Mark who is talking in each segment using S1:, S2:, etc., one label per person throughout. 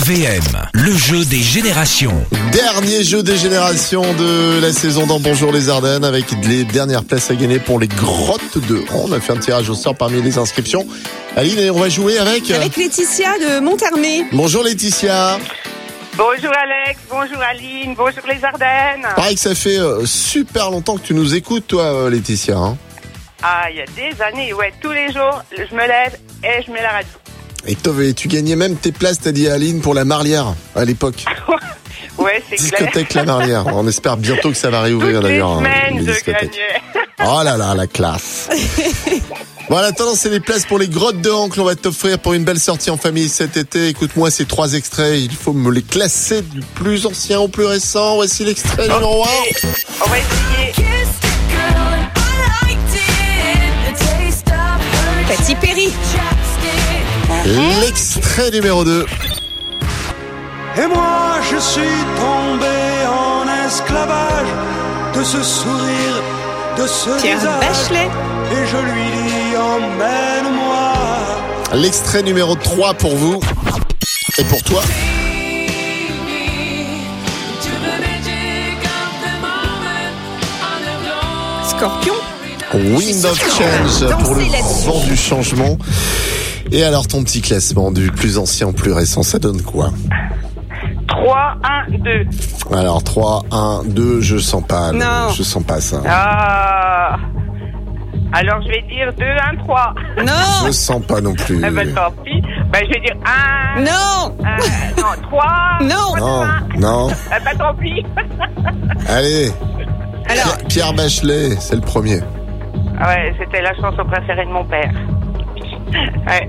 S1: RVM, le jeu des générations.
S2: Dernier jeu des générations de la saison dans Bonjour les Ardennes avec les dernières places à gagner pour les grottes de Han. On a fait un tirage au sort parmi les inscriptions. Aline, et on va jouer avec... euh,
S3: Avec Laetitia de Montarmé.
S2: Bonjour Laetitia.
S4: Bonjour Alex, bonjour Aline, bonjour les Ardennes.
S2: Pareil que ça fait euh, super longtemps que tu nous écoutes, toi euh, Laetitia. hein.
S4: Ah, il y a des années, ouais, tous les jours, je me lève et je mets la radio.
S2: Et t'avais- tu gagnais même tes places, t'as dit à Aline, pour la marlière à l'époque.
S4: Ouais, c'est clair.
S2: Discothèque la marlière. On espère bientôt que ça va
S4: Toutes les
S2: réouvrir d'ailleurs. hein,
S4: semaines,
S2: les
S4: je
S2: discothèques.
S4: gagnais.
S2: Oh là là, la classe. Bon, en attendant, c'est les places pour les grottes de Han que l'on va t'offrir pour une belle sortie en famille cet été. Écoute-moi ces trois extraits. Il faut me les classer du plus ancien au plus récent. Voici l'extrait numéro 1.
S4: On va essayer.
S3: Cathy Perry.
S2: L'extrait numéro 2.
S5: Et moi je suis tombé en esclavage de ce sourire, de ce
S3: Pierre
S5: visage.
S3: Bachelet.
S5: Et je lui dis emmène-moi.
S2: L'extrait numéro 3 pour vous. Et pour toi.
S3: Scorpion.
S2: Wind of Change pour le
S3: Danser là-dessus.
S2: vent du changement. Et alors, ton petit classement du plus ancien au plus récent, ça donne quoi
S4: 3, 1, 2.
S2: Alors, 3, 1, 2, je sens pas. le-
S3: Non.
S2: Je sens pas ça.
S4: Ah. Alors je vais dire 2, 1, 3.
S3: Non.
S2: Je sens pas non plus.
S4: Eh ben tant pis. Ben je vais dire 1.
S3: Non.
S4: non, 3.
S3: Non.
S2: Non, non.
S4: Eh ben tant pis.
S2: Allez,
S3: Alors,
S2: Pierre- Pierre Bachelet, c'est le premier.
S4: Ah Ouais, c'était la chanson préférée de mon père. Ouais.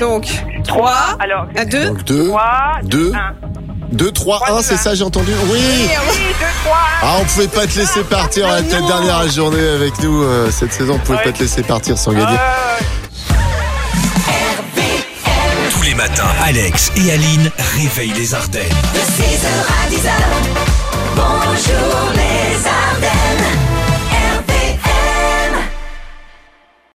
S3: donc, 3
S4: Alors,
S3: à 2.
S2: Donc 2,
S4: 3, 2,
S2: Deux.
S4: 1.
S2: 2, 3,
S4: Trois,
S2: 1,
S4: deux,
S2: c'est
S4: un.
S2: ça, j'ai entendu Oui
S4: 2, 3, 1.
S2: Ah, on pouvait pas te laisser partir à la
S3: non.
S2: toute dernière journée avec nous euh, cette saison. On pouvait
S4: Ouais.
S2: pas te laisser partir sans gagner.
S1: Tous les matins, Alex et Aline réveillent les Ardennes.
S6: De 6h à 10h